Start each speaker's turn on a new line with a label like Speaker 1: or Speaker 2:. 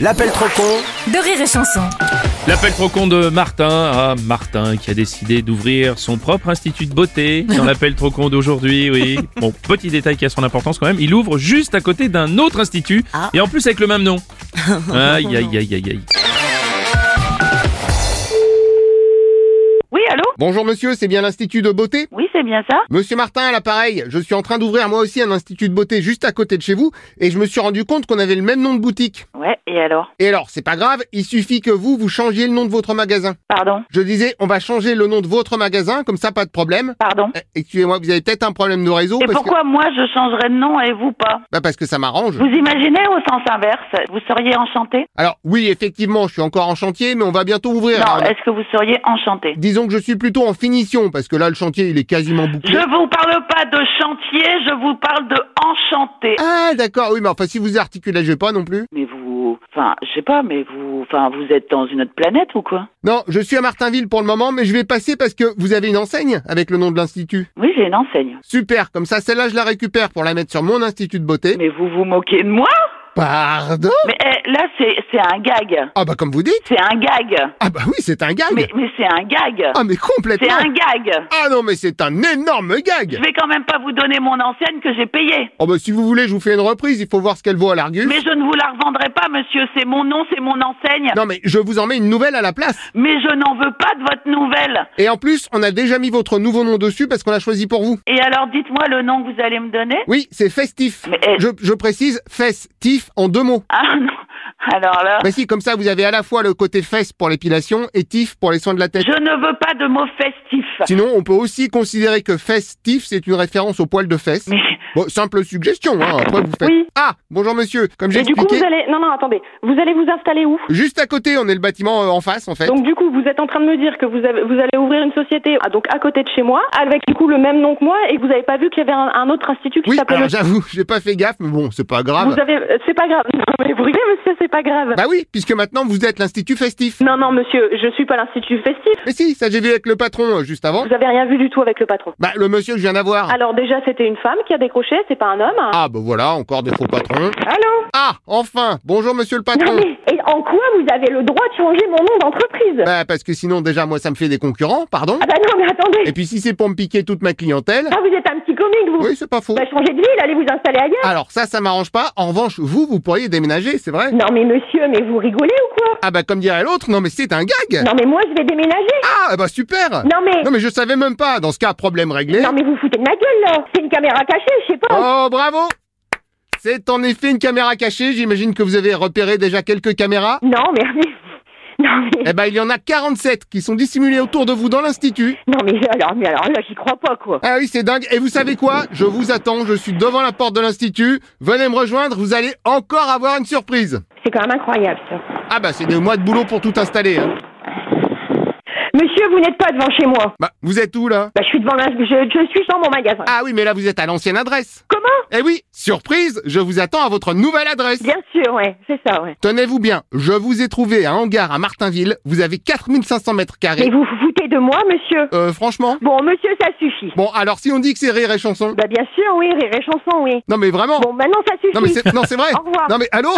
Speaker 1: L'appel trop con
Speaker 2: de rire et chanson.
Speaker 3: L'appel trop con de Martin. Ah, Martin qui a décidé d'ouvrir son propre institut de beauté dans l'appel trop con d'aujourd'hui, oui. Bon, petit détail qui a son importance quand même. Il ouvre juste à côté d'un autre institut
Speaker 4: Ah.
Speaker 3: et en plus avec le même nom. Aïe, aïe, aïe, aïe, aïe.
Speaker 5: Oui, allô
Speaker 6: Bonjour monsieur, c'est bien l'Institut de beauté
Speaker 5: Oui, c'est bien ça
Speaker 6: Monsieur Martin à l'appareil, je suis en train d'ouvrir moi aussi un institut de beauté juste à côté de chez vous et je me suis rendu compte qu'on avait le même nom de boutique.
Speaker 5: Ouais, et alors
Speaker 6: Et alors, c'est pas grave, il suffit que vous, vous changiez le nom de votre magasin.
Speaker 5: Pardon
Speaker 6: Je disais, on va changer le nom de votre magasin, comme ça pas de problème.
Speaker 5: Pardon
Speaker 6: Eh, Excusez-moi, vous avez peut-être un problème de réseau
Speaker 5: Et
Speaker 6: parce que...
Speaker 5: pourquoi moi je changerais de nom et vous pas
Speaker 6: Bah parce que ça m'arrange.
Speaker 5: Vous imaginez au sens inverse Vous seriez enchanté
Speaker 6: Alors oui, effectivement, je suis encore en chantier, mais on va bientôt ouvrir.
Speaker 5: Non,
Speaker 6: Alors,
Speaker 5: est-ce que vous seriez enchanté
Speaker 6: Disons que je suis plutôt en finition, parce que là le chantier il est quasiment bouclé.
Speaker 5: Je vous parle pas de chantier, je vous parle de enchanté.
Speaker 6: Ah d'accord, oui, mais enfin si vous articulez, je vais pas non plus.
Speaker 5: Mais vous, enfin, je sais pas, mais vous, enfin, vous êtes dans une autre planète ou quoi
Speaker 6: Non, je suis à Martinville pour le moment, mais je vais passer parce que vous avez une enseigne avec le nom de l'institut.
Speaker 5: Oui, j'ai une enseigne.
Speaker 6: Super, comme ça, celle-là, je la récupère pour la mettre sur mon institut de beauté.
Speaker 5: Mais vous vous moquez de moi
Speaker 6: Pardon
Speaker 5: Mais eh, là, c'est, c'est un gag.
Speaker 6: Ah bah comme vous dites
Speaker 5: C'est un gag.
Speaker 6: Ah bah oui, c'est un gag
Speaker 5: Mais, mais c'est un gag.
Speaker 6: Ah mais complètement
Speaker 5: C'est un gag.
Speaker 6: Ah non, mais c'est un énorme
Speaker 5: Je
Speaker 6: gag
Speaker 5: vais quand même pas vous donner mon enseigne que j'ai payée.
Speaker 6: Oh bah si vous voulez, je vous fais une reprise, il faut voir ce qu'elle vaut à l'Argus.
Speaker 5: Mais je ne vous la revendrai pas, monsieur. C'est mon nom, c'est mon enseigne.
Speaker 6: Non mais je vous en mets une nouvelle à la place.
Speaker 5: Mais je n'en veux pas de votre nouvelle.
Speaker 6: Et en plus, on a déjà mis votre nouveau nom dessus parce qu'on l'a choisi pour vous.
Speaker 5: Et alors, dites-moi le nom que vous allez me donner.
Speaker 6: Oui, c'est festif.
Speaker 5: Mais, eh.
Speaker 6: Je, je précise, festif en deux mots.
Speaker 5: Ah non. Alors là,
Speaker 6: Bah si, comme ça, vous avez à la fois le côté fesse pour l'épilation et tif pour les soins de la tête.
Speaker 5: je ne veux pas de mots festifs.
Speaker 6: Sinon, on peut aussi considérer que festif, c'est une référence au poil de fesse.
Speaker 5: Mais
Speaker 6: Bon, simple suggestion, hein. Après, vous faites.
Speaker 7: Oui.
Speaker 6: Ah, bonjour monsieur. Comme j'ai
Speaker 7: Et du coup,
Speaker 6: expliqué,
Speaker 7: vous allez. Non, non, attendez. Vous allez vous installer où
Speaker 6: juste à côté, on est le bâtiment euh, en face, en fait.
Speaker 7: Donc, du coup, vous êtes en train de me dire que vous, avez- vous allez ouvrir une société ah, donc à côté de chez moi, avec du coup le même nom que moi, et que vous n'avez pas vu qu'il y avait un, un autre institut qui
Speaker 6: oui,
Speaker 7: s'appelait.
Speaker 6: alors
Speaker 7: le-
Speaker 6: j'avoue, j'ai pas fait gaffe, mais bon, c'est pas grave.
Speaker 7: Vous avez. euh, C'est pas grave. Non, mais vous rigolez, monsieur, c'est pas grave.
Speaker 6: Bah oui, puisque maintenant vous êtes l'institut festif.
Speaker 7: Non, non, monsieur, je suis pas l'institut festif.
Speaker 6: Mais si, ça j'ai vu avec le patron euh, juste avant.
Speaker 7: Vous avez rien vu du tout avec le patron.
Speaker 6: Bah, le monsieur que je viens d'avoir.
Speaker 7: Alors, déjà, c'était une femme qui a décroché, c'est pas un homme. hein.
Speaker 6: Ah, bah voilà, encore des faux patrons.
Speaker 7: Allô
Speaker 6: Ah, enfin, bonjour monsieur le patron.
Speaker 8: Non mais et en quoi vous avez le droit de changer mon nom d'entreprise
Speaker 6: Bah, parce que sinon, déjà, moi, ça me fait des concurrents, pardon.
Speaker 8: Ah bah non mais attendez
Speaker 6: Et puis si c'est pour me piquer toute ma clientèle.
Speaker 8: Ah vous êtes un petit comique vous
Speaker 6: Oui, c'est pas faux.
Speaker 8: Bah changez de ville, allez vous installer ailleurs
Speaker 6: Alors ça, ça m'arrange pas. En revanche, vous, vous pourriez déménager, c'est vrai
Speaker 8: Non mais monsieur, mais vous rigolez ou quoi
Speaker 6: Ah bah comme dirait l'autre, non mais c'est un gag
Speaker 8: Non mais moi je vais déménager
Speaker 6: Ah bah super
Speaker 8: Non mais
Speaker 6: Eh. Non mais je savais même pas, dans ce cas, problème réglé.
Speaker 8: Non mais vous foutez de ma gueule là C'est une caméra cachée, je sais pas
Speaker 6: Oh bravo C'est en effet une caméra cachée, j'imagine que vous avez repéré déjà quelques caméras.
Speaker 8: Non mais... Non mais...
Speaker 6: Eh bah il y en a 47 qui sont dissimulées autour de vous dans l'institut.
Speaker 8: Non mais alors, mais alors là j'y crois pas quoi
Speaker 6: Ah oui, c'est dingue. Et vous savez quoi Je vous attends, je suis devant la porte de l'institut. Venez me rejoindre, vous allez encore avoir une surprise.
Speaker 8: C'est quand même incroyable ça
Speaker 6: Ah bah c'est des mois de boulot pour tout installer. hein.
Speaker 8: Monsieur, vous n'êtes pas devant chez moi
Speaker 6: Bah vous êtes où là
Speaker 8: Bah je suis devant l'in- je, je suis dans mon magasin
Speaker 6: Ah oui, mais là vous êtes à l'ancienne adresse.
Speaker 8: Comment
Speaker 6: Eh oui, surprise, je vous attends à votre nouvelle adresse.
Speaker 8: Bien sûr, ouais, c'est ça, ouais
Speaker 6: Tenez-vous bien, je vous ai trouvé un hangar à Martinville, vous avez 4500 mètres
Speaker 8: Mais
Speaker 6: carrés.
Speaker 8: vous vous foutez de moi, monsieur
Speaker 6: Euh, franchement
Speaker 8: Bon, monsieur, ça suffit
Speaker 6: Bon, alors si on dit que c'est rire et chanson.
Speaker 8: Bah bien sûr, oui, rire et chanson, oui
Speaker 6: Oh. Non mais vraiment
Speaker 8: Bon, maintenant ça suffit.
Speaker 6: Non mais c'est, non, c'est vrai
Speaker 8: Au revoir.
Speaker 6: Non mais allô